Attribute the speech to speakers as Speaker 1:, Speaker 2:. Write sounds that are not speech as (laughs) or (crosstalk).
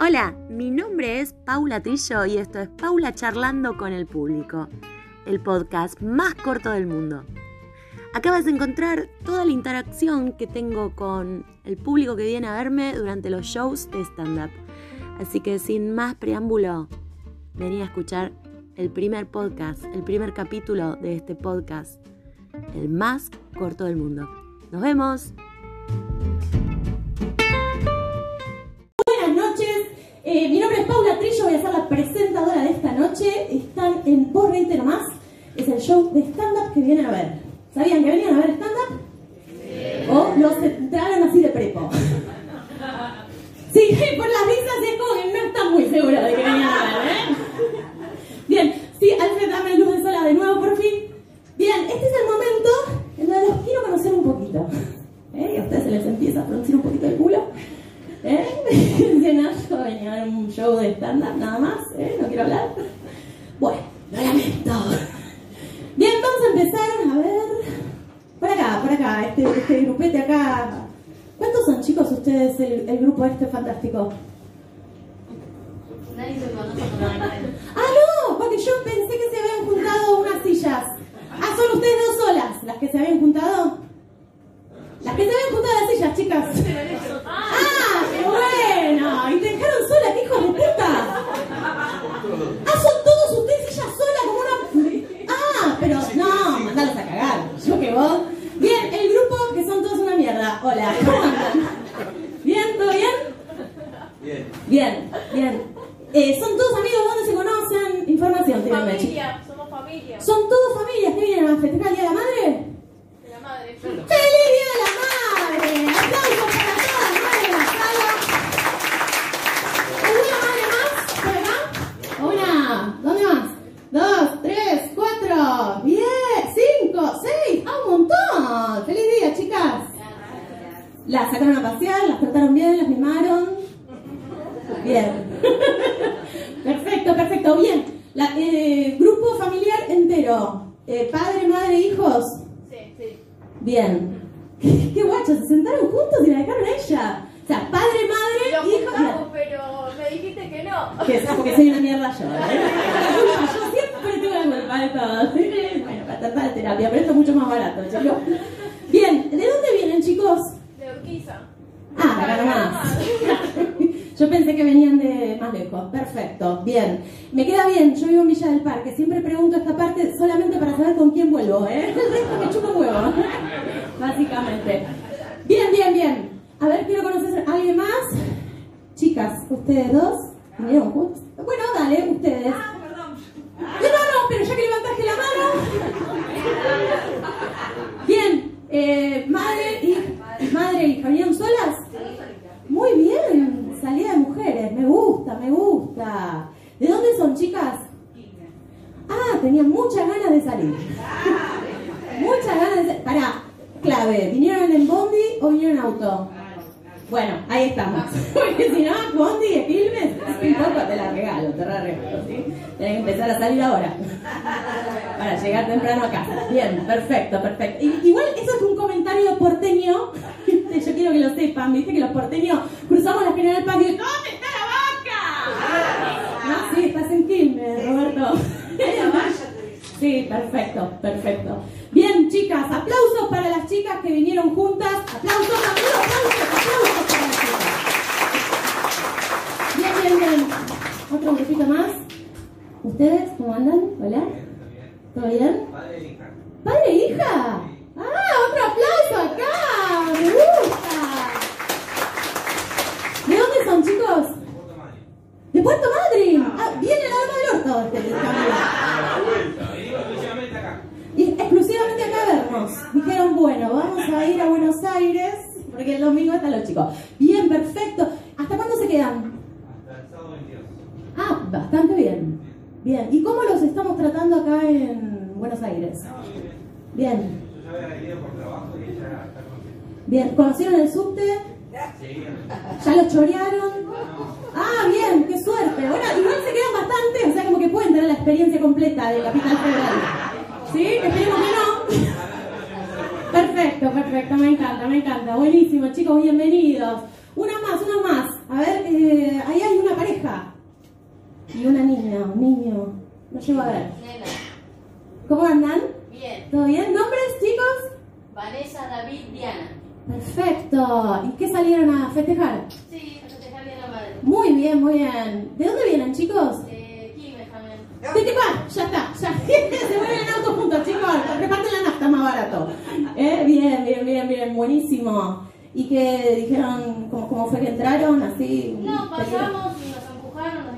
Speaker 1: Hola, mi nombre es Paula Trillo y esto es Paula Charlando con el Público, el podcast más corto del mundo. Acabas de encontrar toda la interacción que tengo con el público que viene a verme durante los shows de stand-up. Así que sin más preámbulo, venía a escuchar el primer podcast, el primer capítulo de este podcast, el más corto del mundo. Nos vemos.
Speaker 2: Buenas noches, Eh, mi nombre es Paula Trillo, voy a ser la presentadora de esta noche. Están en Vos Reíte Nomás, es el show de stand-up que vienen a ver. ¿Sabían que venían a ver stand-up? ¿O los entraron así de prepo? Sí, (laughs) por las risas es como que no están muy segura de que venían a ver, ¿eh? Bien, sí, Alfred, dame luz de sola de nuevo, por fin. Bien, este es el momento en donde los quiero conocer un poquito. ¿Eh? Y a ustedes se les empieza a producir un poquito el culo. ¿Eh? (laughs) Dicen, "Ah, yo venía a ver un show de stand-up nada más, ¿eh? No quiero hablar. Bueno, lo lamento. Bien, vamos a empezar, a ver... Por acá, por acá, este, este grupete acá... ¿Cuántos son, chicos, ustedes, el, el grupo este fantástico?
Speaker 3: Nadie se conoce con nadie.
Speaker 2: ¡Ah, no! Porque yo pensé que se habían juntado unas sillas. Ah, son ustedes dos solas las que se habían juntado. Las que se habían juntado las sillas, chicas. ¡Ah, qué bueno! ¿Y te dejaron sola, qué hijo de puta? ¡Ah, son todos ustedes sillas sola como una... ¡Ah, pero no! Mandalos a cagar. Yo que vos. Bien, el grupo que son todos una mierda. Hola, ¿cómo andan? ¿Bien? ¿Todo bien?
Speaker 4: Bien.
Speaker 2: Bien, bien. Eh, son todos amigos, ¿dónde se conocen? Información, díganme, chicos.
Speaker 3: Familia, somos familia.
Speaker 2: Son todos familias que vienen a festejar el Día de la Madre.
Speaker 3: De la madre.
Speaker 2: ¡Feliz Día de la Madre! ¡Aplausos para todas las madres de la sala! ¿Alguna madre más por acá? ¿Una? ¿Dónde más? Dos, tres, cuatro, diez, cinco, seis. ¡Ah, un montón! ¡Feliz día, chicas! Las sacaron a pasear, las trataron bien, las mimaron. Bien. (laughs) perfecto, perfecto, bien. La- eh, grupo familiar entero. Eh, padre, madre, hijos.
Speaker 3: Sí, sí.
Speaker 2: Bien. (laughs) Qué, qué guacho, se sentaron juntos y la dejaron a ella. O sea, padre,
Speaker 3: Lo
Speaker 2: madre, hijo.
Speaker 3: juntamos, pero me dijiste que no.
Speaker 2: Que, porque soy una mierda yo. ¿eh? (laughs) Yo siempre tengo la culpa de todo. (laughs) Bueno, para tratar de terapia, pero esto es mucho más barato, chicos. Bien, ¿de dónde vienen, chicos?
Speaker 3: De Urquiza.
Speaker 2: Ah, acá nomás. Yo pensé que venían de más lejos. Perfecto, bien. Me queda bien, yo vivo en Villa del Parque. Siempre pregunto esta parte solamente para saber con quién vuelvo, ¿eh? (laughs) El resto me chupa un huevo, básicamente. Bien, bien, bien. A ver, quiero conocer a alguien más. Chicas, ustedes dos. ¿Vinieron juntos? Bueno, dale, ustedes.
Speaker 3: Ah, perdón.
Speaker 2: No, no, no, pero ya que levantaste la mano. Bien, eh, madre, hija, madre, e hija, ¿vinieron solas? Muy bien, salida de mujeres, me gusta, me gusta. ¿De dónde son, chicas? Ah, tenía muchas ganas de salir. (laughs) Muchas ganas de salir. Pará, clave, ¿vinieron en bondi o vinieron en auto? Bueno, ahí estamos. (laughs) Porque si no, Bondi de filmes, un poco te la regalo, te la regalo, ¿sí? Tenés que empezar a salir ahora. Para llegar temprano a casa. Bien, perfecto, perfecto. I- Igual eso es un comentario porteño. Yo quiero que lo sepan, viste que los porteños cruzamos la General Paz y digo, ¿dónde está la vaca? No, sí, estás en Quilmes, Roberto. Sí, perfecto, perfecto. Bien, chicas, aplausos para las chicas que vinieron juntas. Aplausos, aplausos, aplausos, aplausos para las chicas. Bien, bien, bien. Otro grupito más. ¿Ustedes cómo andan? ¿Hola? ¿Todo bien?
Speaker 4: Padre e hija.
Speaker 2: ¿Padre e hija? ¡Ah, otro aplauso acá! ¡Me gusta! ¿De dónde son, chicos?
Speaker 4: Puta madre.
Speaker 2: ¿De Puerto Madryn? Ah, viene la dama del orto este también.
Speaker 4: Venimos exclusivamente acá.
Speaker 2: Y exclusivamente acá a vernos. Dijeron, bueno, vamos a ir a Buenos Aires, porque el domingo están los chicos. Bien, perfecto. ¿Hasta cuándo se quedan?
Speaker 4: Hasta el sábado 22.
Speaker 2: Ah, bastante bien. Bien. ¿Y cómo los estamos tratando acá en Buenos Aires?
Speaker 4: No, muy bien.
Speaker 2: Bien,
Speaker 4: Yo ya había venido por trabajo y ella está contenta.
Speaker 2: bien. ¿Conocieron el subte?
Speaker 4: Sí,
Speaker 2: ¿Ya los chorearon? Ah, bien, qué suerte. Bueno, igual se quedan bastante, o sea, como que pueden tener la experiencia completa de Capital Federal. ¿Sí? Esperemos que no. Perfecto, perfecto, me encanta, me encanta. Buenísimo, chicos, bienvenidos. Una más, una más. A ver, eh, ahí hay una pareja y una niña, un niño. No llego a ver.
Speaker 5: Nena,
Speaker 2: ¿Cómo andan?
Speaker 5: bien.
Speaker 2: ¿Todo bien? ¿Nombres, chicos?
Speaker 5: Vanessa, David, Diana.
Speaker 2: Perfecto. ¿Y qué salieron a festejar?
Speaker 5: Sí, festejar bien la madre.
Speaker 2: Muy bien, muy bien. ¿De dónde vienen, chicos?
Speaker 5: De Quilmes también.
Speaker 2: De Tepa, ya está, ya. (laughs) Se vuelven en autos juntos, chicos. Reparten la nafta más barato. Eh, Bien, bien, bien, bien, buenísimo. ¿Y qué dijeron? ¿Cómo, cómo fue que entraron? Así.
Speaker 5: No, pasamos y nos empujaron,
Speaker 3: (laughs)
Speaker 5: nos
Speaker 2: ¿Eh? (laughs)